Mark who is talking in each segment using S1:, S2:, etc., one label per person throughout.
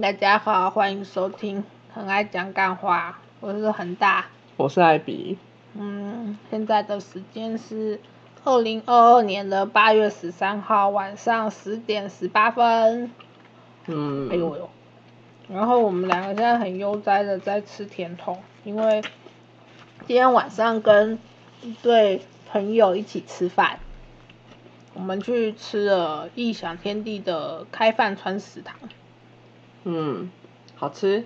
S1: 大家好，欢迎收听《很爱讲干话》，我是恒大。
S2: 我是艾比，
S1: 嗯，现在的时间是二零二二年的八月十三号晚上十点十八分。
S2: 嗯，
S1: 哎呦呦！然后我们两个现在很悠哉的在吃甜筒，因为今天晚上跟一对朋友一起吃饭，我们去吃了异想天地的开饭川食堂。
S2: 嗯，好吃，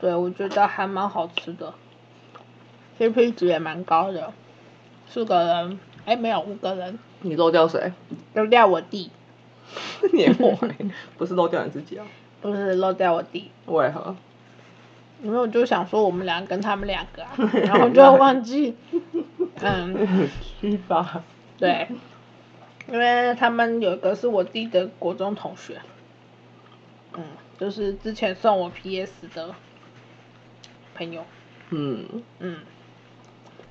S1: 对，我觉得还蛮好吃的，CP 值也蛮高的，四个人，哎，没有五个人，
S2: 你漏掉谁？
S1: 漏掉我弟，
S2: 你我、欸， 不是漏掉你自己啊？
S1: 不是漏掉我弟，
S2: 为何？
S1: 因为我就想说我们俩跟他们两个、啊，然后就忘记，嗯，
S2: 虚吧。
S1: 对，因为他们有一个是我弟的国中同学，嗯，就是之前送我 PS 的朋友，
S2: 嗯，
S1: 嗯。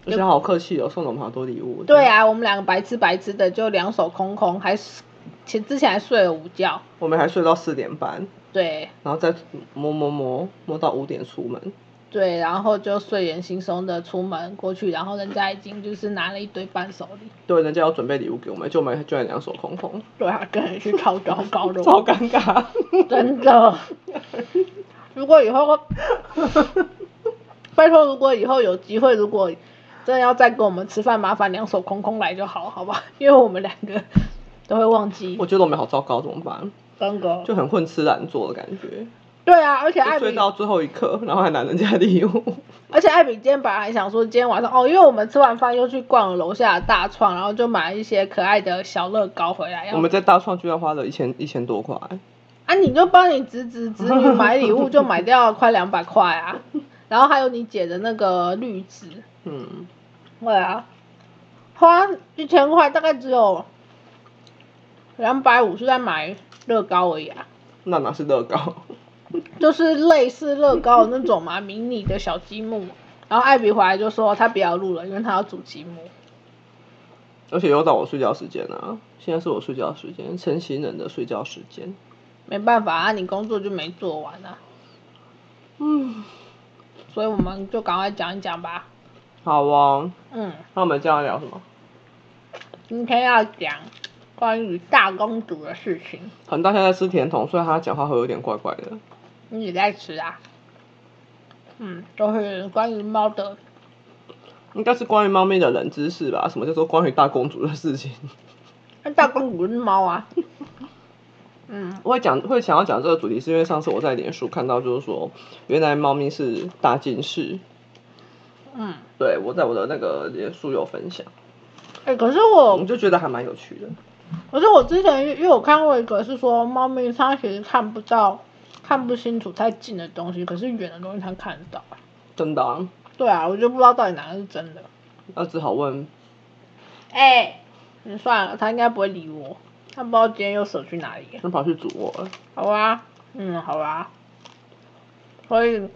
S2: 而且好客气哦，送了我们好多礼物。
S1: 对，啊，我们两个白痴白痴的，就两手空空，还是前之前还睡了午觉，
S2: 我们还睡到四点半，
S1: 对
S2: 然后再摸摸摸摸到五点出门。
S1: 对，然后就睡眼惺忪的出门过去，然后人家已经就是拿了一堆伴手礼，
S2: 对，人家要准备礼物给我们，就我们居然两手空空，
S1: 对啊，真的是超糟糕 的，
S2: 超尴尬。
S1: 真的。如果以后，拜托，如果以后有机会，如果真的要再跟我们吃饭，麻烦两手空空来就好，好吧？因为我们两个都会忘记，
S2: 我觉得我们好糟糕，怎么办？
S1: 真的。
S2: 就很混吃懒做的感觉，
S1: 对啊，而且艾
S2: 就睡
S1: 米
S2: 到最后一刻，然后还拿人家礼物。
S1: 而且艾比今天本来还想说今天晚上哦，因为我们吃完饭又去逛了楼下的大创，然后就买了一些可爱的小乐高回来。要
S2: 我们在大创居然花了一千一千多块，
S1: 啊，你就帮你侄子侄女买礼物，就买掉快两百块啊。然后还有你姐的那个绿植，
S2: 嗯，
S1: 对啊，花一千块大概只有两百五是在买乐高而已啊，
S2: 那哪是乐高？
S1: 就是类似乐高的那种嘛，迷你的小积木。然后艾比回来就说他不要录了，因为他要组积木。
S2: 而且又到我睡觉时间啊！现在是我睡觉时间，成型人的睡觉时间。
S1: 没办法啊，你工作就没做完啊，
S2: 嗯，
S1: 所以我们就赶快讲一讲吧。
S2: 好哦，
S1: 嗯，
S2: 那我们接下来聊什么？
S1: 今天要讲关于大公主的事情。
S2: 很大现在吃甜筒，所以他讲话会有点怪怪的。
S1: 你也在吃啊？嗯，都是关于猫的。
S2: 应该是关于猫咪的冷知识吧？什么叫做关于大公主的事情？
S1: 那哎大公主是猫啊。 嗯，
S2: 我会讲，会想要讲这个主题，是因为上次我在脸书看到，就是说原来猫咪是大近视。
S1: 嗯，
S2: 对，我在我的那个脸书有分享，
S1: 哎、可是
S2: 我
S1: 我，
S2: 就觉得还蛮有趣的。
S1: 可是我之前因为我看过一个是说，猫咪它其实看不到、看不清楚太近的东西，可是远的东西它看得到。
S2: 真的、啊，
S1: 对啊，我就不知道到底哪个是真的。
S2: 那只好问，
S1: 哎、你算了，它应该不会理我，它不知道今天又手去哪里了。
S2: 他跑去煮我了。
S1: 好啊，嗯，好啊。所以，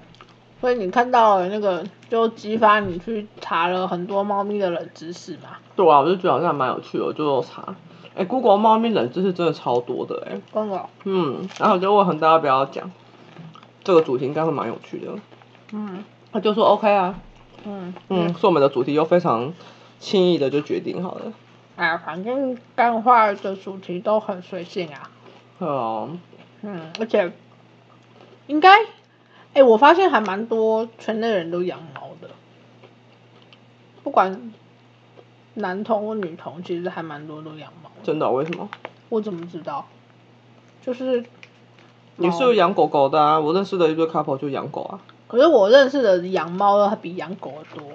S1: 所以你看到了那个，就激发你去查了很多猫咪的冷知识嘛？
S2: 对啊，我就觉得好像还蛮有趣的，我就有查。哎、g o o g l e 猫咪冷知识真的超多的哎、
S1: 公狗，
S2: 嗯，然后我就问恒大要不要讲这个主题，应该会蛮有趣的。
S1: 嗯
S2: 他就说 OK 啊，
S1: 嗯
S2: 嗯，，是我们的主题又非常轻易的就决定好了。
S1: 啊，反正干话的主题都很随性啊，
S2: 哦、
S1: 嗯，而且应该，哎、我发现还蛮多圈内人都养猫的，不管男童或女童，其实还蛮多都养猫的。
S2: 真的？为什么？
S1: 我怎么知道？就是
S2: 你
S1: 猫
S2: 是养狗狗的啊，我认识的一对 couple 就养狗啊。
S1: 可是我认识的养猫的比养狗的多，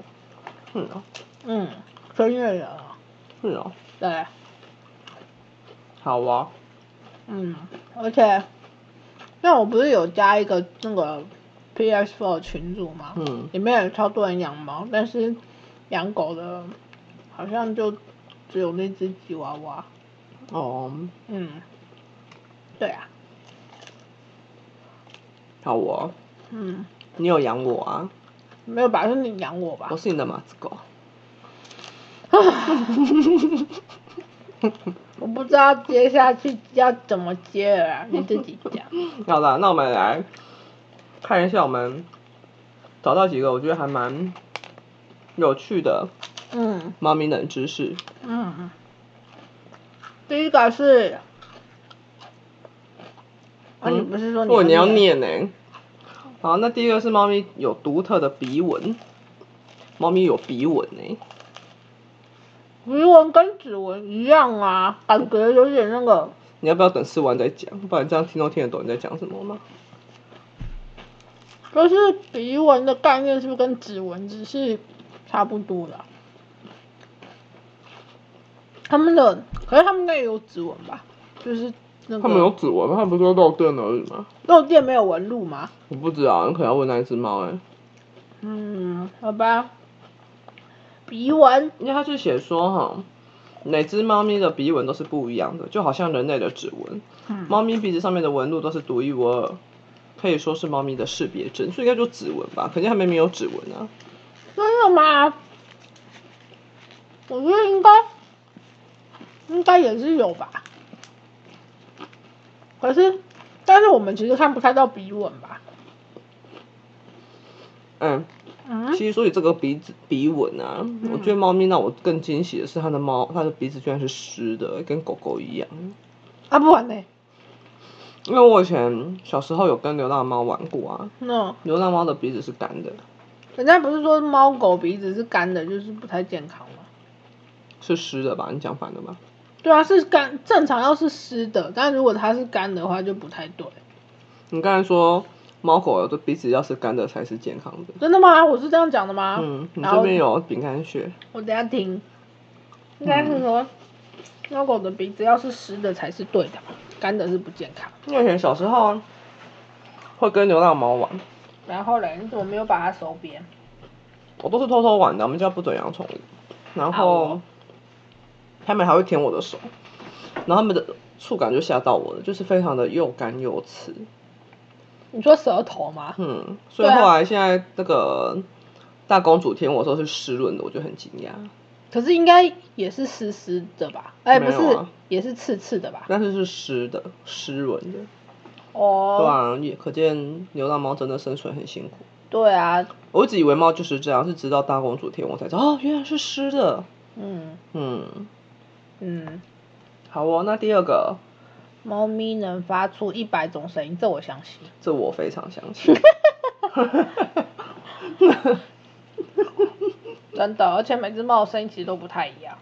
S2: 嗯哦，
S1: 嗯，专业人啊，
S2: 是哦，
S1: 对，
S2: 好啊，
S1: 嗯，而且，那我不是有加一个那个 PS4 群组吗？
S2: 嗯，
S1: 里面有超多人养猫，但是养狗的，好像就只有那只吉娃娃，
S2: 哦，
S1: 嗯，对啊，
S2: 好啊，
S1: 嗯，
S2: 你有养我啊？
S1: 没有吧？是你养我吧
S2: 我？是你的马子狗。
S1: 我不知道接下去要怎么接了啊，你自己讲。
S2: 好啦，那我们来看一下，我们找到几个我觉得还蛮有趣的
S1: 嗯
S2: 猫咪冷知识。
S1: 嗯嗯。第一个是，啊，你不是说
S2: 哦，你
S1: 要
S2: 要？念呢、好，那第一个是猫咪有独特的鼻纹，猫咪有鼻纹呢、
S1: 鱼纹跟指纹一样啊，感觉有点那个，
S2: 你要不要等试完再讲？不然这样听都听得懂你在讲什么吗？
S1: 就是鼻纹的概念是不是跟指纹只是差不多的啊、他们的，可是他们那也有指纹吧？就是那
S2: 它们有
S1: 个
S2: 指纹吗，它们不是说肉盾而已吗？
S1: 肉垫没有纹路吗？
S2: 我不知道，你可能要问那一只猫哎、
S1: 嗯，好吧。鼻纹，
S2: 因为它是写说哈，每只猫咪的鼻纹都是不一样的，就好像人类的指纹，
S1: 嗯，
S2: 猫咪鼻子上面的纹路都是独一无二，可以说是猫咪的识别证，所以应该就指纹吧，肯定还没没有指纹啊。
S1: 真的吗？我觉得应该，应该也是有吧。可是，但是我们其实看不太到鼻纹吧？
S2: 嗯，
S1: 嗯，
S2: 其实说起这个鼻子鼻纹啊，我觉得猫咪让我更惊喜的是它的猫，它的鼻子居然是湿的，跟狗狗一样。
S1: 啊，不玩嘞、
S2: 因为我以前小时候有跟流浪猫玩过啊，
S1: 那
S2: 流浪猫的鼻子是干的，
S1: 嗯人家不是说猫狗鼻子是干的，就是不太健康吗？
S2: 是湿的吧？你讲反了吧？
S1: 对啊，是干，正常要是湿的，但如果它是干的话就不太对。
S2: 你刚才说猫狗的鼻子要是干的才是健康的。
S1: 真的吗？我是这样讲的吗？
S2: 嗯，你
S1: 啊然
S2: 这
S1: 后
S2: 边有饼干屑，
S1: 我等一下听，应该是
S2: 嗯
S1: 说，猫狗的鼻子要是湿的才是对的嘛，干的是不健康。
S2: 因为以前小时候会跟流浪猫玩，
S1: 然后嘞，你怎么没有把它收编？
S2: 我都是偷偷玩的，我们家不准养宠物。然
S1: 好
S2: 后
S1: 哦
S2: 他们还会舔我的手，然后他们的触感就吓到我了，就是非常的又干又刺。
S1: 你说舌头吗？
S2: 嗯，所以
S1: 对啊
S2: 后来现在那个大公主舔我的时候是湿润的，我就很惊讶。
S1: 可是应该也是湿湿的吧？哎、不
S2: 没有
S1: 是，
S2: 啊
S1: 也是刺刺的吧？
S2: 但是是湿的，湿润的，对
S1: 哦，
S2: 啊，也可见流浪猫真的生存很辛苦。
S1: 对啊，
S2: 我一直以为猫就是这样，是直到大公主舔我才知道，哦，原来是湿的。
S1: 嗯
S2: 嗯，
S1: 嗯，
S2: 好哦，那第二个，
S1: 猫咪能发出一百种声音，这我相信。
S2: 这我非常相信。
S1: 真的，而且每只猫的声音其实都不太一样。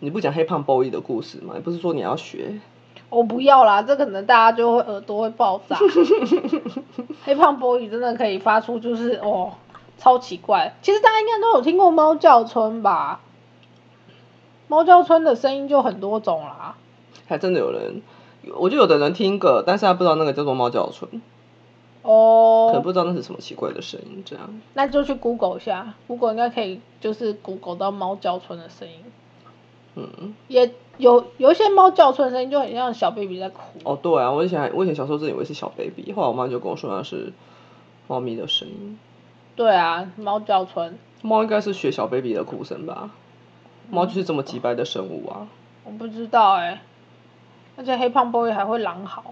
S2: 你不讲黑胖 boy 的故事吗？你不是说你要学？
S1: 我不要啦，这可能大家就会耳朵会爆 炸。黑胖 boy 真的可以发出就是哦，超奇怪。其实大家应该都有听过猫叫春吧？猫叫春的声音就很多种啦。
S2: 还真的有人，我就有的人听个，但是他不知道那个叫做猫叫唇，可能
S1: 哦，
S2: 不知道那是什么奇怪的声音，这样。
S1: 那就去 Google 一下，Google 应该可以就是 Google 到猫叫春的声音。
S2: 嗯，
S1: 也有有一些猫叫春的声音就很像小 baby 在哭。
S2: 哦，对啊，我以前我以前小时候真以为是小 baby，后来我妈就跟我说那是猫咪的声音。
S1: 对啊，猫叫春，
S2: 猫应该是学小 baby 的哭声吧？猫就是这么几白的生物啊。
S1: 我不知道哎、而且黑胖 boy 还会狼嚎，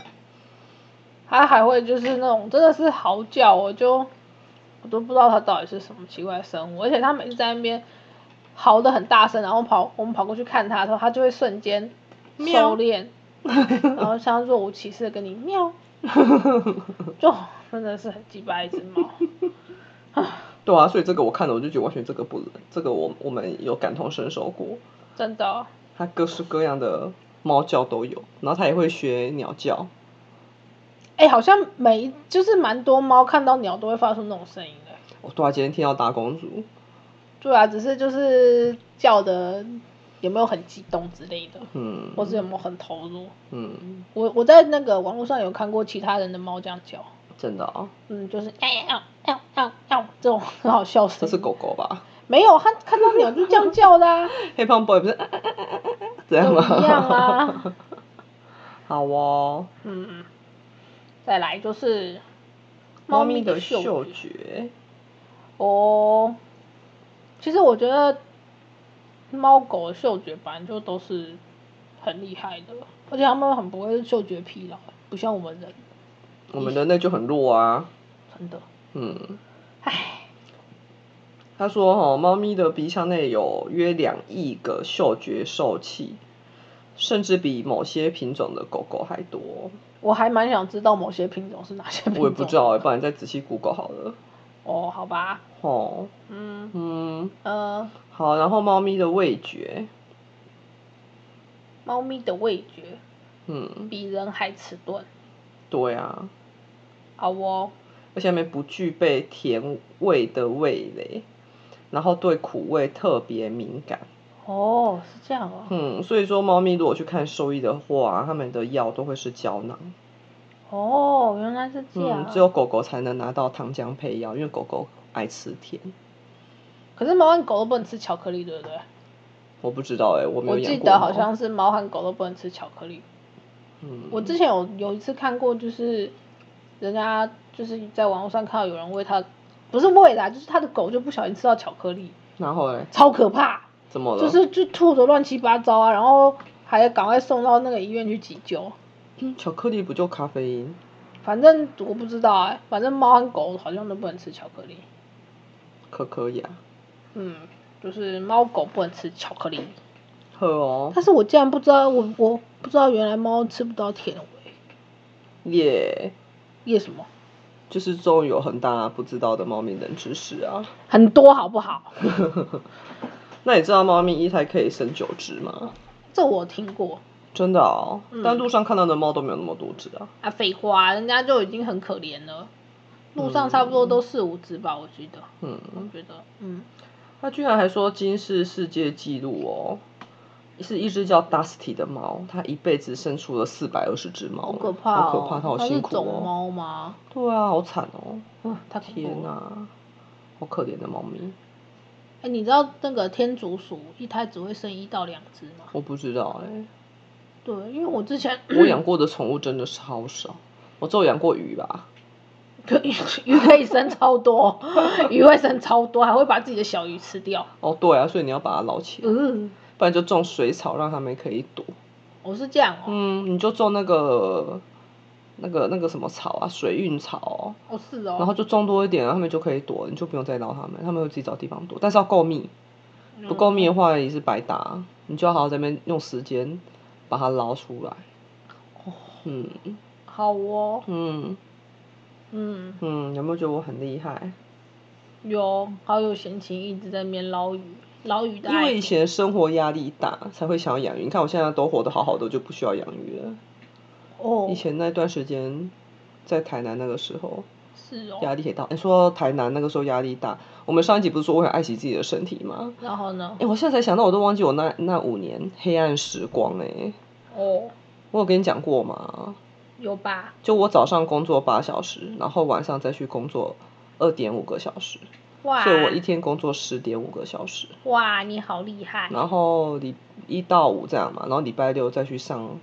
S1: 他还会就是那种真的是嚎叫，我就我都不知道他到底是什么奇怪的生物，而且他每次在那边嚎的很大声，然后跑我们跑过去看他的时候，他就会瞬间收
S2: 喵
S1: 敛，然后像若无其事的跟你喵，就真的是很鸡巴一只猫。
S2: 对啊，所以这个我看了我就觉得完全这个不能，这个我我们有感同身受过，
S1: 真的，
S2: 它各式各样的猫叫都有，然后它也会学鸟叫，
S1: 哎、好像每一就是蛮多猫看到鸟都会发出那种声音的、
S2: 我突然哦啊今天听到大公主，
S1: 对啊，只是就是叫的有没有很激动之类的，
S2: 嗯
S1: 或是有没有很投入。
S2: 嗯，
S1: 我我在那个网络上有看过其他人的猫这样叫，
S2: 真的啊、
S1: 嗯，就是哎呀呀呀呀这种很好笑
S2: 这
S1: 声。
S2: 是狗狗吧？
S1: 没有，它看到鸟就这样叫的、 啊，
S2: 黑胖 boy 不是啊啊啊啊啊啊这样
S1: 都
S2: 吗？
S1: 一样啊。
S2: 好哦，
S1: 嗯，再来就是
S2: 猫
S1: 猫
S2: 咪
S1: 咪
S2: 的
S1: 的
S2: 嗅
S1: 嗅
S2: 觉，
S1: 哦。其实我觉得猫狗的嗅觉本来就都是很厉害的，而且他们很不会嗅觉疲劳，不像我们人，
S2: 我们人类就很弱啊。
S1: 真的。
S2: 嗯，
S1: 唉，
S2: 他说哦，猫咪的鼻腔内有约两亿个嗅觉受器，甚至比某些品种的狗狗还多。
S1: 我还蛮想知道某些品种是哪些品种。
S2: 我也不知。道欸，不然再仔细 Google 好了。
S1: 哦，好吧，
S2: 哦，
S1: 嗯
S2: 嗯，
S1: 呃，
S2: 好，然后猫咪的味觉，
S1: 猫咪的味觉
S2: 嗯，
S1: 比人还迟钝。
S2: 对啊，
S1: 好哦，
S2: 而且它们不具备甜味的味蕾，然后对苦味特别敏感。
S1: 哦，是这样哦，
S2: 嗯，所以说猫咪如果去看兽医的话，它们的药都会是胶囊。
S1: 哦，原来是这样
S2: 嗯，
S1: 啊。
S2: 只有狗狗才能拿到糖浆配药，因为狗狗爱吃甜。
S1: 可是猫和狗都不能吃巧克力，对不对？
S2: 我不知道哎、我没
S1: 我
S2: 有养
S1: 记
S2: 过
S1: 得好
S2: 猫
S1: 像是猫和狗都不能吃巧克力。
S2: 嗯，
S1: 我之前有有一次看过，就是人家就是在网络上看到有人喂它，不是喂啦，就是他的狗就不小心吃到巧克力，
S2: 然后嘞，
S1: 超可怕，
S2: 怎么了？
S1: 就是就吐的乱七八糟啊，然后还赶快送到那个医院去急救。
S2: 嗯巧克力不就咖啡因？
S1: 反正我不知道哎、反正猫和狗好像都不能吃巧克力。
S2: 可可以啊，
S1: 嗯，就是猫狗不能吃巧克力。
S2: 喝哦，
S1: 但是我竟然不知道，我我不知道原来猫吃不到甜味，
S2: 耶、
S1: 为什么？
S2: 就是终于有很大不知道的猫咪冷知识啊。
S1: 很多好不好？
S2: 那你知道猫咪一胎可以生九只吗？
S1: 这我听过
S2: 真的哦，
S1: 嗯
S2: 但路上看到的猫都没有那么多只啊。
S1: 啊，废话，人家就已经很可怜了，路上差不多都四五只吧，我记得，我
S2: 嗯，
S1: 觉得，嗯，
S2: 它居然还说今世世界纪录哦，是一只叫 Dusty 的猫，它一辈子生出了四百二十只猫，
S1: 好可怕哦，
S2: 好可怕，它好辛
S1: 它
S2: 苦
S1: 是种
S2: 哦。
S1: 猫吗？
S2: 对啊，好惨哦，
S1: 嗯，太恐怖
S2: 天啊
S1: 了。
S2: 哪，好可怜的猫咪。
S1: 哎，你知道那个天竺鼠一胎只会生一到两只吗？
S2: 我不知道哎、
S1: 对，因为我之前
S2: 我养过的宠物真的超少，我只有养过鱼吧。
S1: 鱼鱼可以生超 多，鱼会生超多，还会把自己的小鱼吃掉。
S2: 哦，对啊，所以你要把它捞起来，
S1: 嗯，
S2: 不然就种水草让它们可以躲。
S1: 我是这样哦，
S2: 嗯，你就种那个那个那个什么草啊，水韵草、
S1: 我、是
S2: 哦，
S1: 哦，
S2: 然后就种多一点，然后它们就可以躲，你就不用再捞它们，它们会自己找地方躲，但是要够密，
S1: 嗯
S2: 不够密的话也是白搭，你就要好好在那边用时间把它捞出来。嗯
S1: 好哦，
S2: 嗯
S1: 嗯，
S2: 嗯，有没有觉得我很厉害？
S1: 有好有闲情一直在那边捞鱼，捞鱼的
S2: 因为
S1: 爱
S2: 以
S1: 情。
S2: 前生活压力大，才会想要养鱼。你看我现在都活得好好的，我就不需要养鱼了。
S1: 哦
S2: 以，前那段时间，在台南那个时候，
S1: 是哦。
S2: 压力很大。你、说到台南那个时候压力大，我们上一集不是说我很爱惜自己的身体吗？
S1: 然后呢
S2: 哎、？我现在才想到，我都忘记我那那五年黑暗时光哎、
S1: 哦，
S2: 我有跟你讲过吗？
S1: 有吧？
S2: 就我早上工作八小时，然后晚上再去工作二点五个小时，
S1: 哇
S2: 所以我一天工作十点五个小时。
S1: 哇，你好厉害！
S2: 然后礼一到五这样嘛，然后礼拜六再去上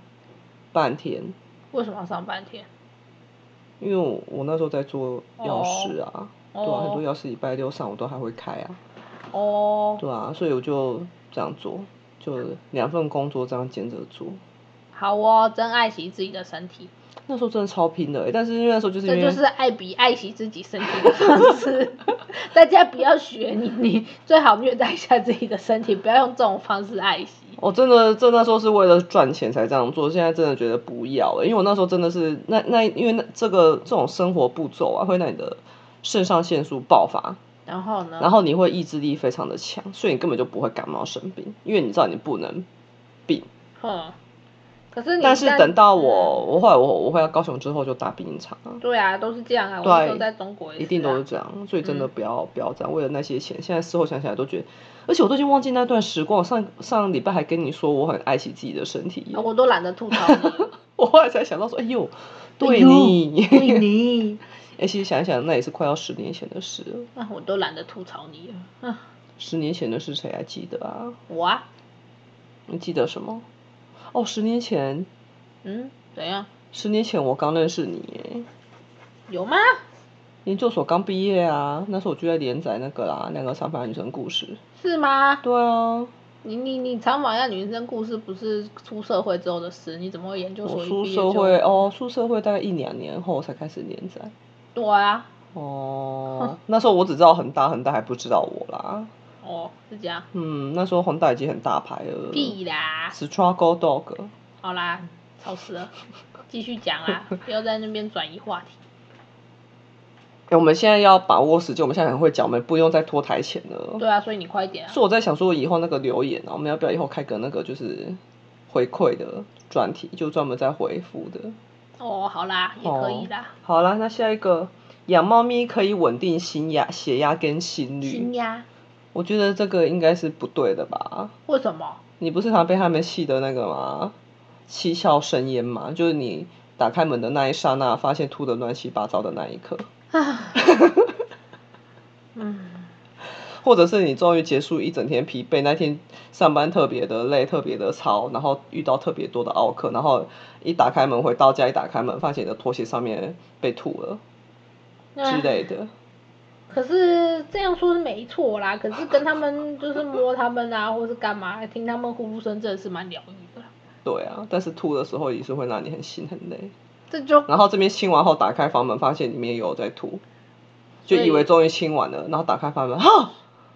S2: 半天，
S1: 为什么要上半天？
S2: 因为我我那时候在做药师啊，对啊，很多
S1: 哦
S2: 药师礼拜六上午都还会开啊，
S1: 哦，
S2: 对啊，所以我就这样做，就两份工作这样兼着做。
S1: 好哦，真爱惜自己的身体，
S2: 那时候真的超拼的、欸，但是因为那时候就是因
S1: 这
S2: 为
S1: 就是爱比爱惜自己身体的方式。 大家不要学你，你最好虐待一下自己的身体，不要用这种方式爱惜。
S2: 我哦真的，真的那时候是为了赚钱才这样做，现在真的觉得不要、欸，因为我那时候真的是那那因为那这个这种生活步骤啊，会让你的肾上腺素爆发，
S1: 然后呢？
S2: 然后你会意志力非常的强，所以你根本就不会感冒生病，因为你知道你不能病。
S1: 哼，可是你
S2: 但是
S1: 在
S2: 等到
S1: 嗯
S2: 我，我后来我我回到高雄之后就打病一场啊，
S1: 对啊，都是这样啊，
S2: 对
S1: 我那时候在中国也是啊、嗯
S2: 一定都是这样，所以真的不要、不要这样，为了那些钱，现在事后想起来都觉得，而且我都已经忘记那段时光，我上上礼拜还跟你说我很爱惜自己的身体，
S1: 啊我都懒得吐槽你了。
S2: 我后来才想到说，哎呦，对
S1: 呦
S2: 你，
S1: 对你，
S2: 哎，其实想一想，那也是快要十年前的事了，
S1: 那啊我都懒得吐槽你了。啊
S2: 十年前的事谁还记得啊？
S1: 我啊，
S2: 你记得什么？哦，十年前，
S1: 嗯，怎样？
S2: 十年前我刚认识你耶，
S1: 有吗？
S2: 研究所刚毕业啊，那时候我就在连载那个啦，那个长发女生故事。
S1: 是吗？
S2: 对啊，
S1: 你你你常访一下女生故事，不是出社会之后的事，你怎么会研究所
S2: 我
S1: 一
S2: 出
S1: 毕业
S2: 社
S1: 就
S2: 会哦，出社会大概一两年后才开始连载。
S1: 对啊，
S2: 哦，那时候我只知道恒大，恒大还不知道我啦。
S1: 哦是这样，
S2: 嗯，那时候恒大已经很大牌了。
S1: 屁啦，
S2: Struggle Dog，
S1: 好啦，超时了，继续讲 啦，不要在那边转移话题。
S2: 哎、我们现在要把握时间，我们现在很会讲，我们不用再拖台前了。
S1: 对啊，所以你快一点啊
S2: 所以，我在想说，以后那个留言啊，我们要不要以后开个那个就是回馈的专题，就专门在回复的。
S1: 哦好啦，也可以啦，
S2: 好啦，那下一个养猫咪可以稳定心压、血压跟心
S1: 新
S2: 率，
S1: 呀，
S2: 我觉得这个应该是不对的吧？
S1: 为什么？
S2: 你不是常被他们气的那个吗？七窍生烟嘛，就是你打开门的那一刹那，发现吐的乱七八糟的那一刻，
S1: 啊，嗯，
S2: 或者是你终于结束一整天疲惫，那天上班特别的累，特别的操，然后遇到特别多的奥克，然后一打开门回到家，一打开门发现你的拖鞋上面被吐了 之类的。
S1: 可是这样说是没错啦，可是跟他们就是摸他们啊，或是干嘛，听他们呼噜声真的是蛮疗愈的啦。
S2: 对啊，但是吐的时候也是会让你很心很累。
S1: 这就
S2: 然后这边清完后打开房门，发现里面有在吐，就
S1: 所以
S2: 以为终于清完了，然后打开房门，哈，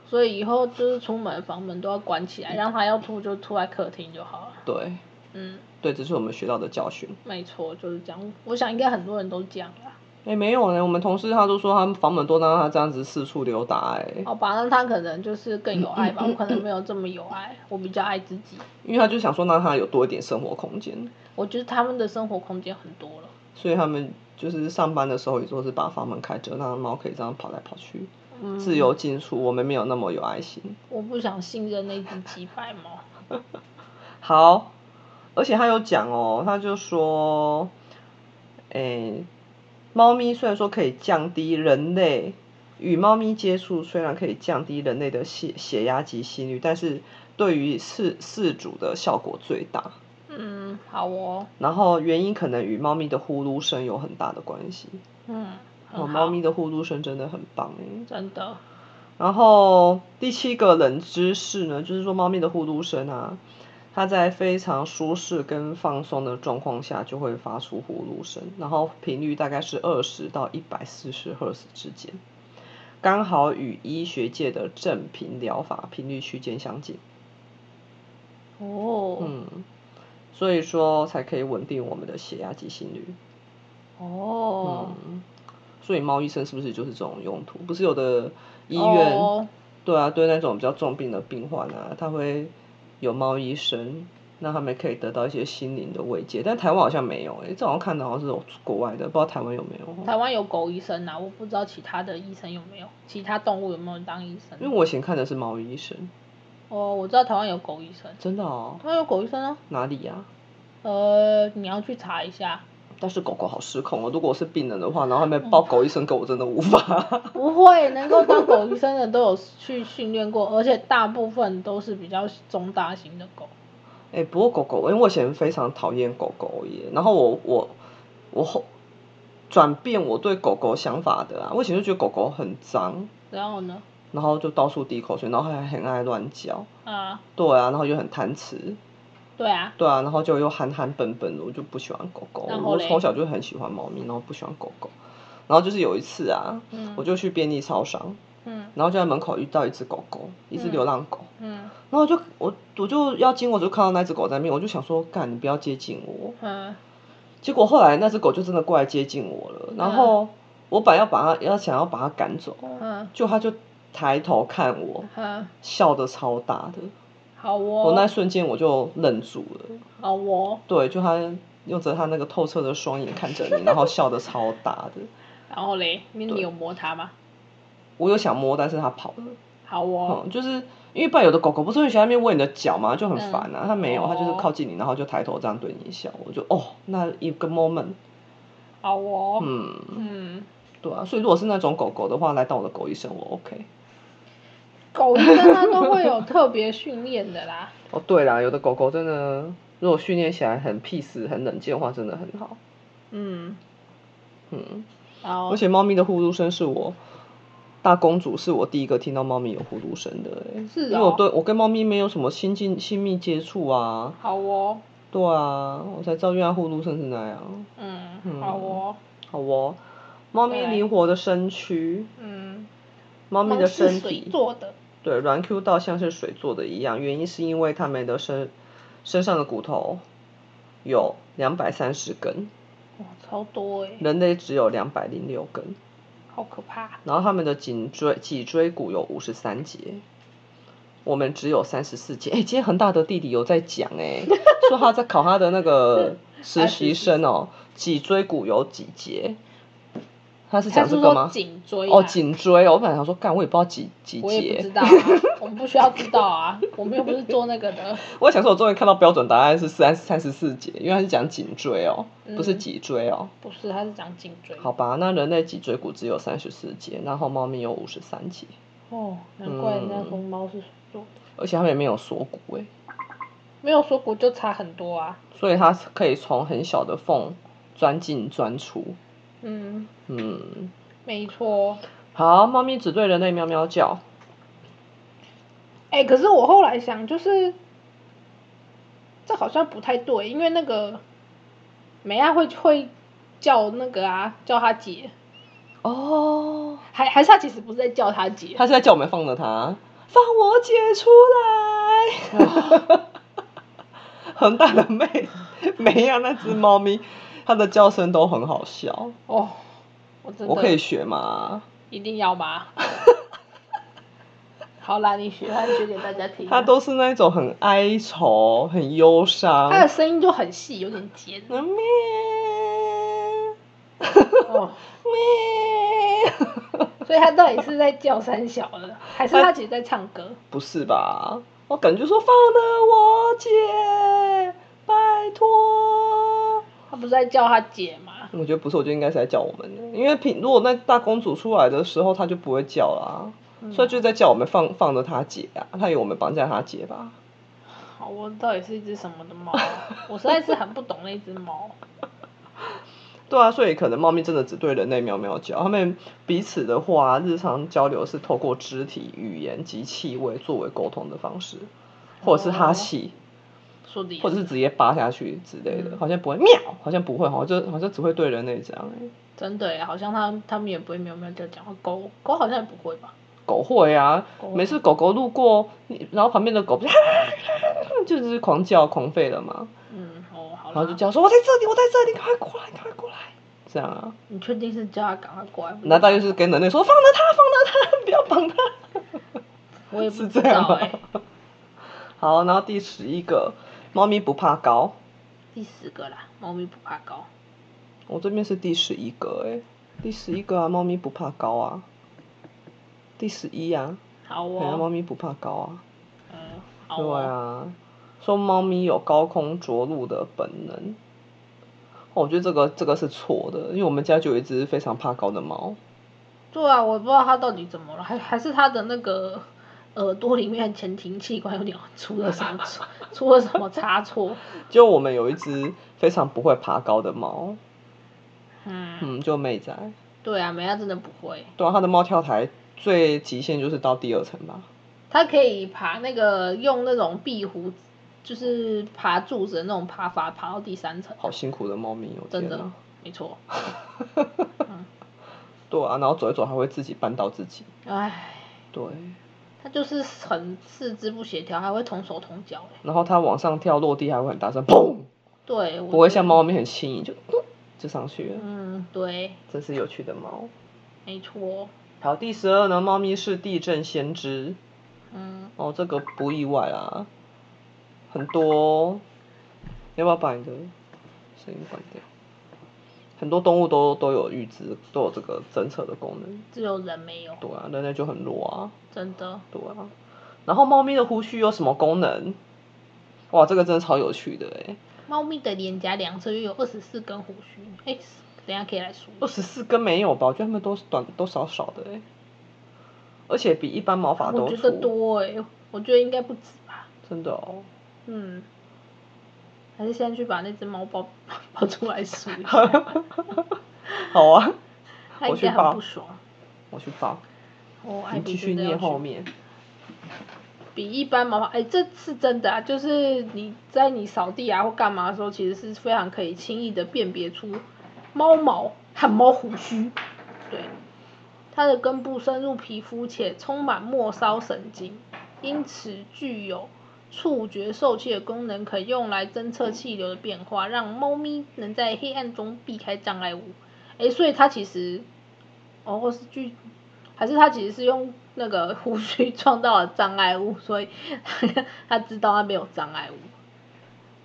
S1: 所以以后就是出门房门都要关起
S2: 嗯
S1: 来，让他要吐就吐在客厅就好了。
S2: 对
S1: 嗯，
S2: 对，这是我们学到的教训。
S1: 没错，就是这样。我想应该很多人都这样啦。
S2: 哎，没有呢，我们同事他都说他们房门都让他这样子四处溜达，哎，
S1: 好吧，那他可能就是更有爱
S2: 嗯
S1: 吧，我可能没有这么有爱，我比较爱自己。
S2: 因为他就想说让他有多一点生活空间，
S1: 我觉得他们的生活空间很多了。
S2: 所以他们就是上班的时候也都是把房门开着，让猫可以这样跑来跑去，
S1: 嗯，
S2: 自由进出。我们没有那么有爱心。
S1: 我不想信任那只几百猫。
S2: 好，而且他有讲哦，他就说，诶，猫咪虽然说可以降低人类与猫咪接触，虽然可以降低人类的血血压及心率，但是对于饲饲主的效果最大。
S1: 嗯，好哦。
S2: 然后原因可能与猫咪的呼噜声有很大的关系。
S1: 嗯，很好
S2: 哦，猫咪的呼噜声真的很棒诶。
S1: 真的，
S2: 然后第七个冷知识呢，就是说猫咪的呼噜声啊，它在非常舒适跟放松的状况下就会发出呼噜声，然后频率大概是二十到一百四十赫兹之间，刚好与医学界的正频疗法频率区间相近。
S1: 哦，
S2: 嗯，所以说才可以稳定我们的血压及心率。
S1: 哦，
S2: 嗯，所以猫医生是不是就是这种用途？不是有的医院、
S1: 哦
S2: 对啊，对那种比较重病的病患啊，他会有猫医生，那他们可以得到一些心灵的慰藉。但台湾好像没有、欸，这好像看的好像是有国外的，不知道台湾有没有。
S1: 台湾有狗医生呐、啊我不知道其他的医生有没有，其他动物有没有当医生？
S2: 因为我以前看的是猫医生，
S1: 哦，我知道台湾有狗医生，
S2: 真的哦，
S1: 台湾有狗医生啊。
S2: 哪里呀、
S1: 呃，你要去查一下。
S2: 但是狗狗好失控哦，如果我是病人的话，然后他们抱狗医生给我真的无法。
S1: 不会，能够当狗医生的都有去训练过， 而且大部分都是比较中大型的狗。
S2: 哎、不过狗狗，因为我以前非常讨厌狗狗耶，然后我我我后转变我对狗狗想法的啊，我以前就觉得狗狗很脏，
S1: 然后呢？
S2: 然后就到处滴口水，然后还很爱乱叫，
S1: 啊，
S2: 对啊，然后又很贪吃，
S1: 对啊，
S2: 对啊，然后就又憨憨笨笨的，我就不喜欢狗狗，
S1: 然后
S2: 我
S1: 嘞
S2: 从小就很喜欢猫咪，然后不喜欢狗狗，然后就是有一次啊，
S1: 嗯，
S2: 我就去便利超商，
S1: 嗯
S2: 然后就在门口遇到一只狗狗，一只
S1: 嗯
S2: 流浪狗，
S1: 嗯
S2: 然后我就我我就要经过，我就看到那只狗在那边，我就想说，干你不要接近我。
S1: 嗯
S2: 结果后来那只狗就真的过来接近我了，然后我本来要把它要想要把它赶走，
S1: 嗯
S2: 就它就抬头看我，
S1: 嗯，
S2: 笑的超大的，
S1: 好
S2: 我那
S1: 哦，
S2: 瞬间我就愣住了，
S1: 好哦，
S2: 对，就它用着它那个透彻的双眼看着你，然后笑的超大的，
S1: 然后嘞，你你有摸它吗？
S2: 我有想摸，但是它跑了，
S1: 好哦，
S2: 嗯，就是。因为不然有的狗狗不是会喜欢在那边喂你的脚嘛，就很烦啊。它没有，它就是
S1: 哦
S2: 靠近你，然后就抬头这样对你笑。我就哦，那一个 moment，
S1: 好哦，
S2: 嗯，
S1: 嗯，
S2: 对啊。所以如果是那种狗狗的话，来当我的狗医生，我 OK。
S1: 狗医生它都会有特别训练的啦。
S2: 哦，对啦，有的狗狗真的，如果训练起来很 peace、很冷静的话，真的很好。
S1: 嗯，
S2: 嗯，
S1: 然后哦
S2: 而且猫咪的呼噜声是我大公主是我第一个听到猫咪有呼噜声的、欸，
S1: 是
S2: 因为我
S1: 哦
S2: 对我跟猫咪没有什么亲近亲密接触啊，
S1: 好哦，
S2: 对啊，我才知道原来呼噜声是那样。
S1: 嗯，好哦，
S2: 好啊哦，猫咪
S1: 对
S2: 灵活的身躯，
S1: 嗯，
S2: 猫咪的
S1: 猫是
S2: 身
S1: 水
S2: 体，
S1: 做的，
S2: 对，软 Q 到像是水做的一样，原因是因为它们的身身上的骨头有两百三十根，
S1: 哇，超多哎，
S2: 人类只有两百零六根，
S1: 好可怕，
S2: 然后它们的颈椎脊椎骨有五十三节。我们只有三十四节，哎、 今天恒大的弟弟有在讲哎、说他在考他的 那个实习生哦，脊椎骨有几节？他是
S1: 他
S2: 讲
S1: 是
S2: 这个
S1: 说
S2: 吗？
S1: 颈椎
S2: 哦，
S1: 啊
S2: 颈椎哦，我本来想说，干，我也不知道几几
S1: 我也不知
S2: 节，
S1: 道啊， 我们不需要知道啊，我们又不是做那个的，
S2: 我想说，我终于看到标准答案是三三十四节，因为它是讲颈椎哦，不是
S1: 嗯
S2: 脊椎哦。
S1: 不是，他是讲颈椎。
S2: 好吧，那人类脊椎骨只有三十四节，然后猫咪有五十三节，
S1: 哦，难怪人家说
S2: 嗯
S1: 猫是水做的，
S2: 而且它们也没有锁骨诶，
S1: 没有锁骨就差很多啊。
S2: 所以它可以从很小的缝钻进钻出。
S1: 嗯，
S2: 嗯，
S1: 没错。
S2: 好，猫咪只对人类喵喵叫，
S1: 哎、可是我后来想，就是这好像不太对，因为那个美亚会会叫那个啊，叫她姐，
S2: 哦，
S1: 还还是她其实不是在叫她姐，
S2: 它是在叫我们放了它，放我姐出来。 恒大的妹，没呀，那只猫咪，它的叫声都很好笑，
S1: 哦，我真的
S2: 我可以学吗？
S1: 一定要 吗？好啦，你学，你学给大家听。
S2: 它都是那种很哀愁、很忧伤。
S1: 她的声音就很细，有点 尖。
S2: 咩
S1: 哦，
S2: 咩，
S1: 所以她到底是在叫三小的，还是她其实在唱歌？
S2: 不是吧？我感觉说放了我姐，拜托。
S1: 她不是在叫她姐吗？
S2: 我觉得不是，我觉得应该是在叫我们的，因为平如果那大公主出来的时候，她就不会叫啦，
S1: 嗯
S2: 所以就在叫我们放放着她姐啊，她以为我们绑架她姐吧？
S1: 好，我到底是一只什么的 猫啊？我实在是很不懂那只猫。
S2: 对啊，所以可能猫咪真的只对人类喵喵叫，它们彼此的话，日常交流是透过肢体语言及气味作为沟通的方式，或者是
S1: 哦
S2: 哈气，
S1: 说的也
S2: 或者是直接扒下去之类的，
S1: 嗯
S2: 好像不会喵，好像不会，好像就好像只会对人类这样、欸。
S1: 真的耶，好像他他们也不会喵喵叫讲话，狗狗好像也不会吧？
S2: 狗会啊
S1: 狗，
S2: 每次狗狗路过，你然后旁边的狗不是就是狂叫狂吠了嘛，
S1: 嗯，哦，好啦
S2: 然后就叫说我在这里，我在这里，赶快过来，赶快过来，这样啊。
S1: 你确定是叫他赶快过来？不是
S2: 那大就是跟人类说放了它，放了它，不 要绑它，
S1: 我也不
S2: 是
S1: 知
S2: 这样
S1: 道
S2: 吗
S1: 哎。？
S2: 好，然后第十一个，猫咪不怕高，
S1: 第十个啦，猫咪不怕高。
S2: 我这边是第十一个哎、第十一个啊，猫咪不怕高啊，第十一啊，
S1: 好
S2: 对啊，
S1: 哦，
S2: 猫咪不怕高啊。
S1: 嗯，好
S2: 对
S1: 哦，
S2: 啊，说猫咪有高空着陆的本能。哦我觉得这个这个是错的，因为我们家就有一只非常怕高的猫。
S1: 对啊，我不知道它到底怎么了，还还是它的那个耳朵里面的前庭器官有点出了什么 出出了什么差错？
S2: 就我们有一只非常不会爬高的猫，
S1: 嗯，
S2: 嗯，就妹仔。
S1: 对啊，美亚真的不会，
S2: 对啊，它的猫跳台最极限就是到第二层吧。
S1: 它可以爬那个用那种壁虎，就是爬柱子的那种爬法，爬到第三层。
S2: 好辛苦的猫咪哦，
S1: 真
S2: 天
S1: 的
S2: 哪，
S1: 没错。 嗯
S2: 对啊，然后走一走还会自己绊到自己。
S1: 唉，
S2: 对，
S1: 他就是很四肢不协调，还会同手同脚哎。
S2: 然后它往上跳，落地还会很大声，砰！
S1: 对，我
S2: 不会
S1: 觉
S2: 像
S1: 得。
S2: 猫咪很轻盈就咚就上去了。
S1: 嗯，对，
S2: 真是有趣的猫。
S1: 没错。
S2: 好，第十二呢，猫咪是地震先知。
S1: 嗯，
S2: 哦，这个不意外啦，很多。哦要不要把你的声音关掉？很多动物都都有预知，都有这个侦测的功能。
S1: 只有人没有，
S2: 对啊，人类就很弱啊，
S1: 真的。
S2: 对啊。然后猫咪的胡须有什么功能？哇，这个真的超有趣的哎，
S1: 猫咪的脸颊两侧约有二十四根胡须，哎，等一下可以来数。
S2: 二十四根没有吧？我觉得它们都是短都少少的哎，而且比一般毛发都
S1: 我觉
S2: 粗
S1: 得，多哎，我觉得应该不止吧。
S2: 真的哦。
S1: 嗯，还是先去把那只猫抱 抱出来数一下，
S2: 好啊，
S1: 它
S2: 我
S1: 应
S2: 去
S1: 该
S2: 抱
S1: 很不爽。
S2: 我去抱。
S1: 哦，艾
S2: 你
S1: 比真
S2: 继续
S1: 的要
S2: 念
S1: 去
S2: 后面。
S1: 比一般毛发，哎，这是真的啊，就是你在你扫地啊或干嘛的时候，其实是非常可以轻易的辨别出猫毛和猫胡须，对，它的根部深入皮肤且充满末梢神经，因此具有触觉受气的功能，可以用来侦测气流的变化，让猫咪能在黑暗中避开障碍物。哎，所以它其实，哦，或是具还是他其实是用那个胡须 撞到了障碍物，所以 他知道那边有障碍物。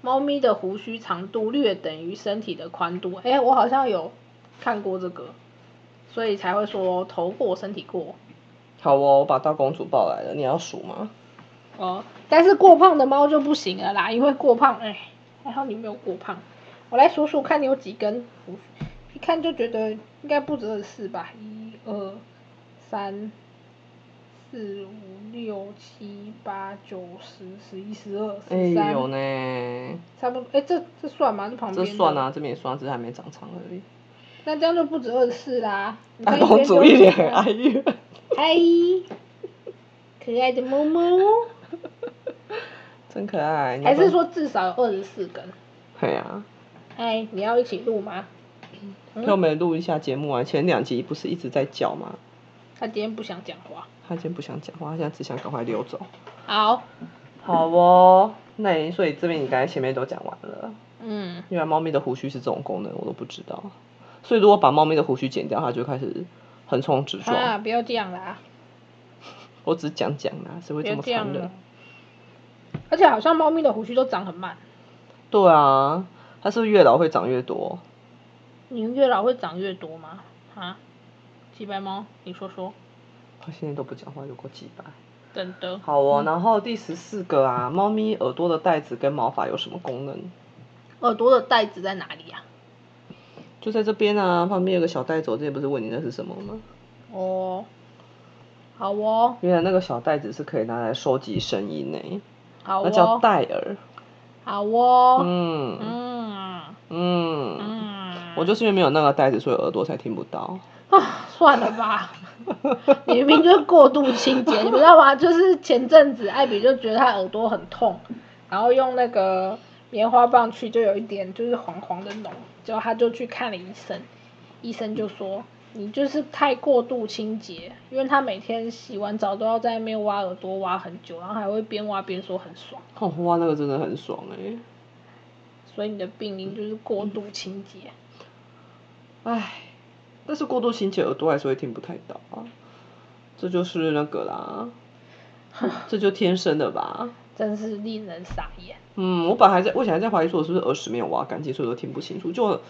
S1: 猫咪的胡须长度略等于身体的宽度，哎、我好像有看过这个，所以才会说头过身体过。
S2: 好哦，我把大公主抱来了，你要数吗？
S1: 哦，但是过胖的猫就不行了啦，因为过胖，哎、还好你没有过胖。我来数数看你有几根胡须，一看就觉得应该不止二十四吧，一二三四五六七八九十十一十二
S2: 哎、
S1: 十三，
S2: 有呢，
S1: 差不多，哎、这这算吗？这旁
S2: 这
S1: 边的
S2: 算啊，这边也算，只是还没长长而已。
S1: 那这样就不止二十四啦。你
S2: 大
S1: 看边
S2: 公啊主
S1: 就
S2: 一脸
S1: 是
S2: 很哀怨。
S1: 嗨，可爱的猫猫，
S2: 真可爱。哎你要
S1: 还
S2: 不要
S1: 是？说至少有二十四根？
S2: 对啊，
S1: 哎，你要一起录吗？嗯
S2: 陪我们录一下节目啊。前两集不是一直在叫吗？
S1: 他今天不想讲话。
S2: 他今天不想讲话，他现在只想赶快溜走。
S1: 好，
S2: 好哦，那你所以这边你刚才前面都讲完了，
S1: 嗯，
S2: 原来猫咪的胡须是这种功能，我都不知道。所以如果把猫咪的胡须剪掉，它就开始横冲直撞。
S1: 啊，不要这样啦，
S2: 我只是讲讲啦，谁
S1: 不
S2: 会这
S1: 要这
S2: 么残
S1: 样
S2: 忍
S1: 了？。而且好像猫咪的胡须都长很慢，
S2: 对啊，它是不是越老会长越多？
S1: 你越老会长越多吗？啊，几白猫，你说说，
S2: 它现在都不讲话，有过几百。
S1: 真的。
S2: 好哦，然后第十四个啊，猫咪耳朵的带子跟毛发有什么功能？
S1: 耳朵的袋子在哪里啊呀、
S2: 就在这边啊，旁边有个小袋子，我之前不是问你那是什么吗？
S1: 哦，好哦，
S2: 原来那个小袋子是可以拿来收集声音呢，
S1: 好
S2: 那叫
S1: 哦，
S2: 带耳。
S1: 好哦，
S2: 嗯
S1: 嗯
S2: 嗯，
S1: 嗯，
S2: 我就是因为没有那个袋子，所以耳朵才听不到。
S1: 啊，算了吧， 你明明就是过度清洁，你知道吗？就是前阵子艾比就觉得他耳朵很痛，然后用那个棉花棒去，就有一点就是黄黄的脓，结果他就去看了医生，医生就说你就是太过度清洁，因为他每天洗完澡都要在那边挖耳朵挖很久，然后还会边挖边说很爽，
S2: 哦，哇，那个真的很爽哎。
S1: 所以你的病因就是过度清洁。
S2: 唉，但是过度清洁耳朵还是会听不太到啊，这就是那个啦，这就天生的吧。
S1: 真是令人傻眼。
S2: 嗯，我本来还在，我想还在怀疑说我是不是耳屎没有挖干净，所以我都听不清楚。就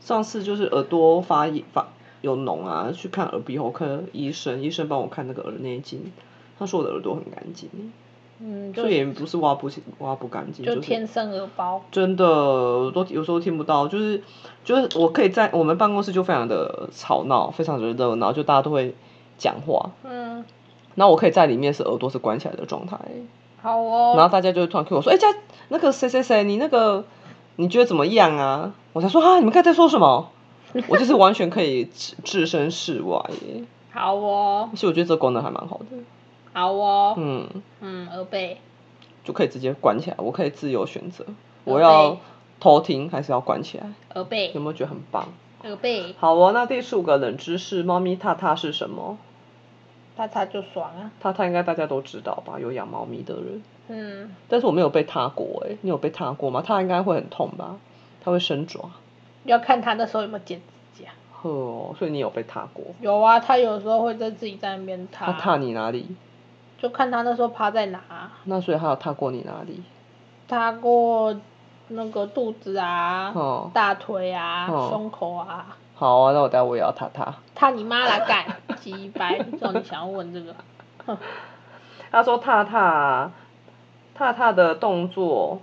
S2: 上次就是耳朵发炎发有脓啊，去看耳鼻喉科医生，医生帮我看那个耳内镜，他说我的耳朵很干净，
S1: 嗯，就
S2: 所以也不是挖不清挖不干净，
S1: 就是天生耳包。
S2: 真的，我都有时候听不到，就是就是我可以在我们办公室就非常的吵闹，非常的热闹，就大家都会讲话，
S1: 嗯，
S2: 然后我可以在里面是耳朵是关起来的状态，
S1: 好
S2: 然后
S1: 哦。
S2: 大家就会突然 Q 我说，哎、家那个谁谁谁，你那个你觉得怎么样啊？我才说啊，你们刚才在说什么？我就是完全可以置置身事外耶，
S1: 好哦
S2: 而，且我觉得这功能还蛮好的，
S1: 好哦，
S2: 嗯，
S1: 嗯，耳背，
S2: 就可以直接关起来，我可以自由选择，我
S1: OK
S2: 要偷听还是要关起来，
S1: 耳背
S2: 有，没有觉得很棒？
S1: 耳背，
S2: 好哦，那第十五个冷知识，猫咪踏踏是什么？
S1: 它它就爽啊，
S2: 踏踏应该大家都知道吧，有养猫咪的人。
S1: 嗯，
S2: 但是我没有被踏过哎、你有被踏过吗？踏应该会很痛吧？它会生爪。
S1: 要看它那时候有没有剪指甲。
S2: 呵哦，所以你有被踏过？
S1: 有啊，它有时候会在自己在那边
S2: 它
S1: 踏，
S2: 踏你哪里？
S1: 就看它那时候趴在哪，
S2: 那所以它有踏过你哪里？
S1: 踏过那个肚子啊，
S2: 哦，
S1: 大腿啊，
S2: 哦
S1: 胸口啊，
S2: 好啊，那我待会我也要踏踏。
S1: 踏你妈啦干， 鸡掰，知道你想要问这个，哼，
S2: 他说踏踏，踏踏的动作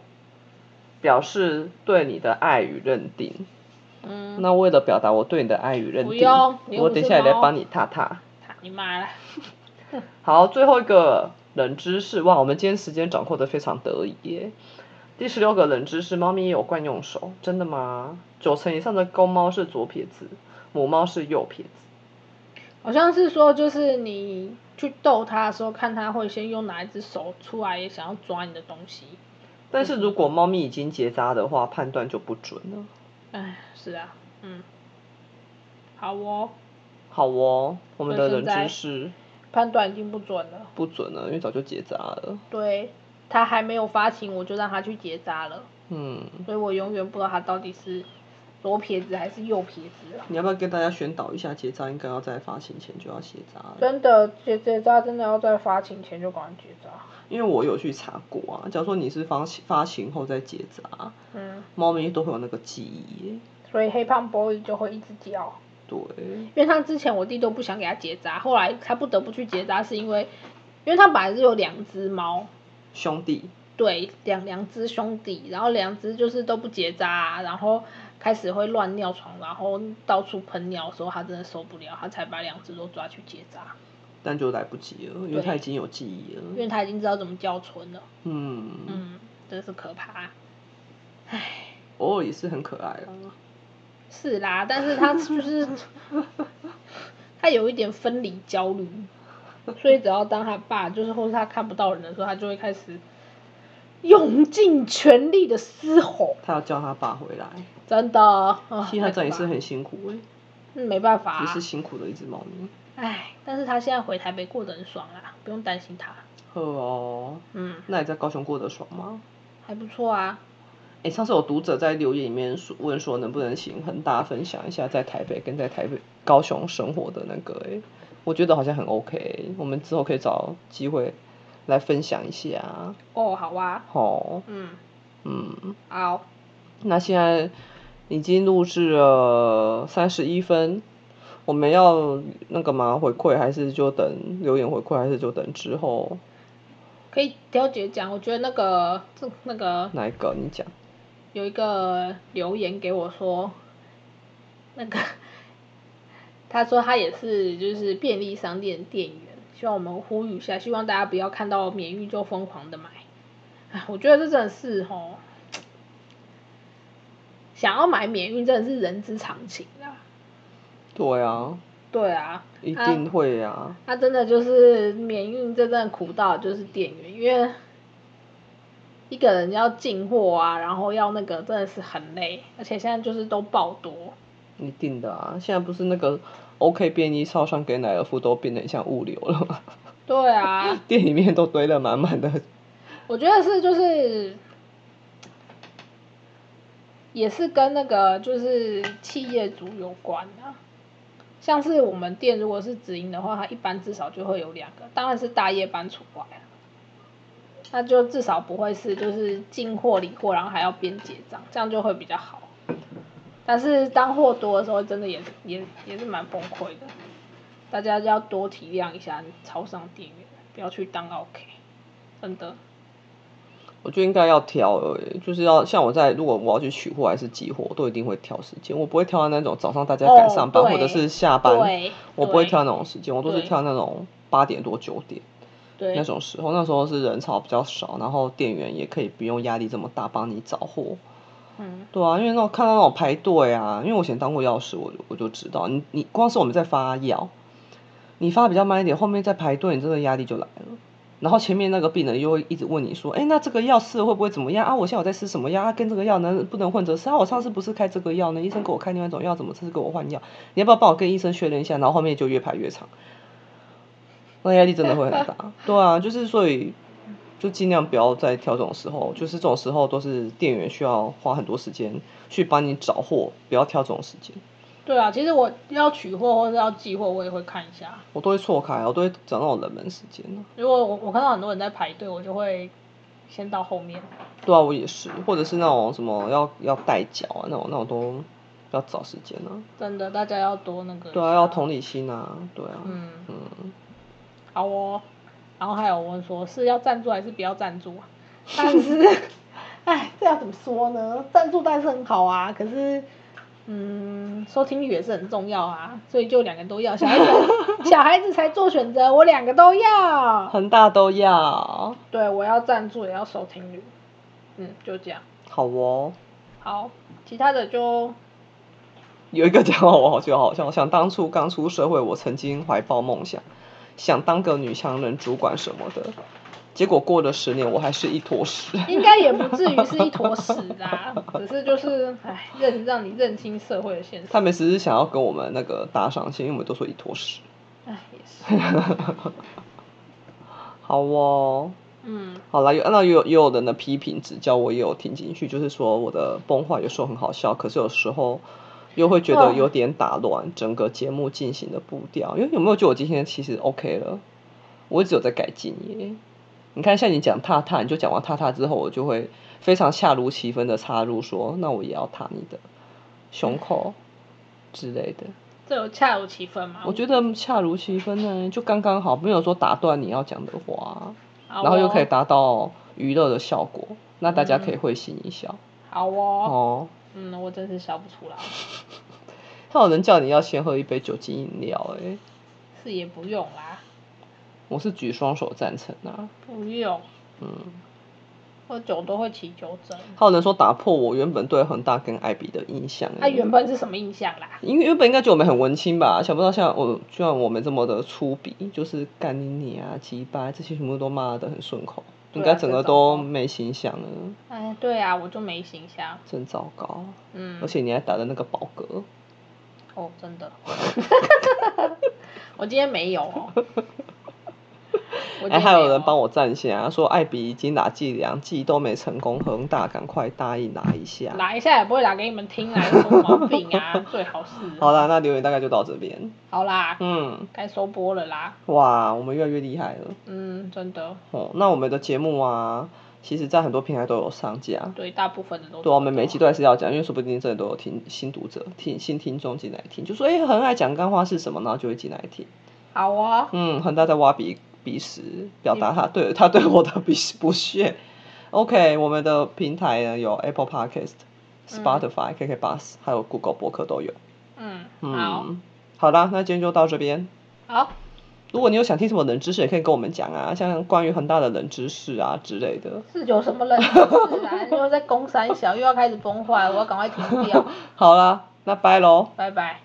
S2: 表示对你的爱与认定。
S1: 嗯，
S2: 那为了表达我对你的爱与认
S1: 不
S2: 定
S1: 用你，又
S2: 我
S1: 不
S2: 等一
S1: 是
S2: 下也来
S1: 猫
S2: 帮你踏踏。
S1: 踏你妈啦，
S2: 好，最后一个冷知识，哇，我们今天时间掌控的非常得意耶。第十六个冷知识，猫咪也有惯用手，真的吗？九成以上的公猫是左撇子，母猫是右撇子。
S1: 好像是说就是你去逗它的时候，看它会先用哪一只手出来，也想要抓你的东西。
S2: 但是如果猫咪已经结扎的话，判断就不准了。
S1: 哎，是啊，嗯，好哦，
S2: 好哦，我们的
S1: 那现
S2: 冷
S1: 在
S2: 知识
S1: 判断已经不准了。
S2: 不准了，因为早就结扎了。
S1: 对，它还没有发情，我就让它去结扎了，
S2: 嗯，
S1: 所以我永远不知道它到底是左撇子还是右撇子啊了。
S2: 你要不要跟大家宣导一下，结扎应该要在发情前就要结扎了？
S1: 真的结结扎真的要在发情前就赶快结扎。
S2: 因为我有去查过啊，假如说你是发情发情后再结扎，
S1: 嗯，
S2: 猫咪都会有那个记忆耶。
S1: 所以黑胖 boy 就会一直叫。
S2: 对，
S1: 因为他之前我弟都不想给他结扎，后来他不得不去结扎，是因为，因为他本来是有两只猫，
S2: 兄弟，
S1: 对，两两只兄弟，然后两只就是都不结扎啊、然后开始会乱尿床，然后到处喷尿的时候，他真的受不了，他才把两只都抓去结扎，
S2: 但就来不及了，因为
S1: 对
S2: 它已经有记忆
S1: 因
S2: 了。
S1: 为他已经知道怎么叫春了，
S2: 嗯，
S1: 嗯，真是可怕，唉，
S2: 偶尔也是很可爱啊啦。
S1: 是啦，但是他就是 他有一点分离焦虑，所以只要当他爸就是或是他看不到人的时候，他就会开始用尽全力的嘶吼，
S2: 它要叫它爸回来，
S1: 真的啊，
S2: 其实它
S1: 太可
S2: 这也是
S1: 怕
S2: 很辛苦哎、
S1: 嗯没办法、
S2: 也
S1: 啊
S2: 是，辛苦的一只猫咪。
S1: 唉，但是他现在回台北过得很爽啦，不用担心他，
S2: 呵哦，
S1: 嗯，
S2: 那你在高雄过得爽吗？
S1: 还不错啊，
S2: 哎、上次有读者在留言里面说问说，能不能请恒大分享一下在台北跟在台北高雄生活的那个、欸？我觉得好像很 OK，欸我们之后可以找机会来分享一下。
S1: 哦，好啊，
S2: 好，
S1: 嗯，
S2: 嗯，
S1: 好，
S2: 那现在已经录制了三十一分，我们要那个吗？回馈还是就等留言回馈，还是就等之后
S1: 可以调姐讲，我觉得那个这那个
S2: 哪一个你讲？
S1: 有一个留言给我说，那个 他说他也是就是便利商店店员，希望我们呼吁一下，希望大家不要看到免运就疯狂的买。 哎，我觉得这真的是吼，想要买免运真的是人之常情啊。
S2: 对啊，
S1: 对啊，
S2: 一
S1: 啊
S2: 定会啊
S1: 他真的就是免运这阵苦到就是店员，因为一个人要进货啊，然后要那个真的是很累，而且现在就是都爆多，
S2: 一定的啊！现在不是那个 OK 便利超商给奶儿夫都变得很像物流了吗？
S1: 对啊，
S2: 店里面都堆得满满的，
S1: 我觉得是就是也是跟那个就是企业主有关啊。像是我们店如果是直营的话，它一般至少就会有两个，当然是大夜班除外啊那就至少不会是就是进货理货，然后还要边结账，这样就会比较好。但是当货多的时候，真的也是也也是蛮崩溃的，大家要多体谅一下超商店员，不要去当 OK，真的。
S2: 我觉得应该要挑而已，就是要像我在如果我要去取货还是寄货，我都一定会挑时间，我不会挑到那种早上大家赶
S1: 哦
S2: 上班、或者
S1: 对
S2: 是下班，
S1: 对，
S2: 我不会
S1: 对
S2: 挑那种时间，我都是
S1: 对
S2: 挑那种八点多九点
S1: 对
S2: 那种时候，那时候是人潮比较少，然后店员也可以不用压力这么大帮你找货。
S1: 嗯，
S2: 对啊，因为那种看到那种排队啊，因为我以前当过药师，我就我就知道，你你光是我们在发药，你发比较慢一点，后面再排队，你真的压力就来了。然后前面那个病人又会一直问你说，哎，那这个药吃了会不会怎么样啊？我现在有在吃什么药啊？跟这个药能不能混着吃啊？我上次不是开这个药呢，医生给我开另外一种药，怎么这次给我换药？你要不要帮我跟医生确认一下？然后后面就越排越长，那压力真的会很大。对啊，就是所以就尽量不要再挑这种时候，就是这种时候都是店员需要花很多时间去帮你找货，不要挑这种时间。
S1: 对啊，其实我要取货或者要寄货，我也会看一下。
S2: 我都会错开，我都会找那种冷门时间。啊
S1: 如果我我看到很多人在排队，我就会先到后面。
S2: 对啊，我也是，或者是那种什么要要代缴啊，那种那种都要找时间啊。
S1: 真的，大家要多那个。
S2: 对啊，要。同理心啊，对啊，
S1: 嗯，
S2: 嗯，
S1: 好哦。然后还有问说是要赞助还是不要赞助啊？但是， 哎，这要怎么说呢？赞助当然是很好啊，可是。嗯，收听率也是很重要啊，所以就两个都要。小孩 子，小孩子才做选择，我两个都要。
S2: 恒大都要，
S1: 对，我要赞助，也要收听率。嗯，就这样。
S2: 好哦。
S1: 好，其他的就
S2: 有一个讲话我好觉得好笑，想当初刚出社会，我曾经怀抱梦想，想当个女强人、主管什么的，结果过了十年，我还是一坨屎。
S1: 应该也不至于是一坨屎啦，只是就是哎，认让你认清社会的现实。
S2: 他们只是想要跟我们那个搭上线，因为我们都说一坨屎。
S1: 哎，也是，
S2: 好哦，
S1: 嗯，
S2: 好啦，有那也有也有人的批评指教，我也有听进去，就是说我的崩坏有时候很好笑，可是有时候又会觉得有点打乱整个节目进行的步调。因为有没有觉得我今天其实 OK 了？我一直有在改进耶。你看，像你讲踏踏，你就讲完踏踏之后，我就会非常恰如其分的插入说，那我也要踏你的胸口之类的。
S1: 这有恰如其分吗？
S2: 我觉得恰如其分呢，就刚刚好，没有说打断你要讲的话，
S1: 好哦
S2: 然后又可以达到娱乐的效果，那大家可以会心一笑。
S1: 好嗯哦，
S2: 哦，
S1: 嗯，我真是笑不出来，
S2: 他有人叫你要先喝一杯酒精饮料、欸，
S1: 是也不用啦，
S2: 我是举双手赞成啊。
S1: 不用，
S2: 嗯，
S1: 喝酒都会起酒疹。
S2: 还有人说打破我原本对恒大跟艾比的印象、欸。
S1: 他啊原本是什么印象啦？
S2: 因为原本应该觉得我们很文青吧，想不到像我，居然我们这么的粗鄙，就是干你你啊、鸡巴这些全部都骂的很顺口，
S1: 对啊
S2: 应该整个都
S1: 真糟糕
S2: 没形象了，
S1: 哎，对啊，我就没形象，
S2: 真糟糕。
S1: 嗯
S2: 而，且你还打的那个饱嗝，
S1: 哦，真 的，我今天没有 哦。我今
S2: 哎，
S1: 天哦
S2: 还有人帮
S1: 我，
S2: 我站线啊，说艾比已经打剂两剂都没成功，恒大赶快答应拿一下。
S1: 拿一下也不会拿给你们听啊， 有什么毛病啊？最好是，
S2: 好啦，那留言大概就到这边。
S1: 好啦，
S2: 嗯，
S1: 该收播了啦。
S2: 哇，我们越来越厉害了。
S1: 嗯，真的，
S2: 哦，那我们的节目啊，其实在很多平台都有上架。
S1: 对，大部分的都
S2: 对啊，我们每一集
S1: 集
S2: 都还是要讲，因为说不定真的都有听新读者、听新听众进来听，就说哎、诶很爱讲干话是什么，然后就会进来听。
S1: 好哦，
S2: 嗯，恒大在挖鼻鼻屎，表达他对他对我的鼻屎不屑。OK，我们的平台呢有 Apple Podcast、Spotify、KK Bus，还有 Google 博客都有。
S1: 嗯，好，
S2: 嗯，好啦，那今天就到这边。
S1: 好，
S2: 如果你有想听什么冷知识，也可以跟我们讲啊，像关于恒大的冷知识啊之类的。
S1: 是有什么 冷知识啊？ 又在攻山小，又要开始崩坏，我要赶快停掉。
S2: 好啦，那拜喽。
S1: 拜拜。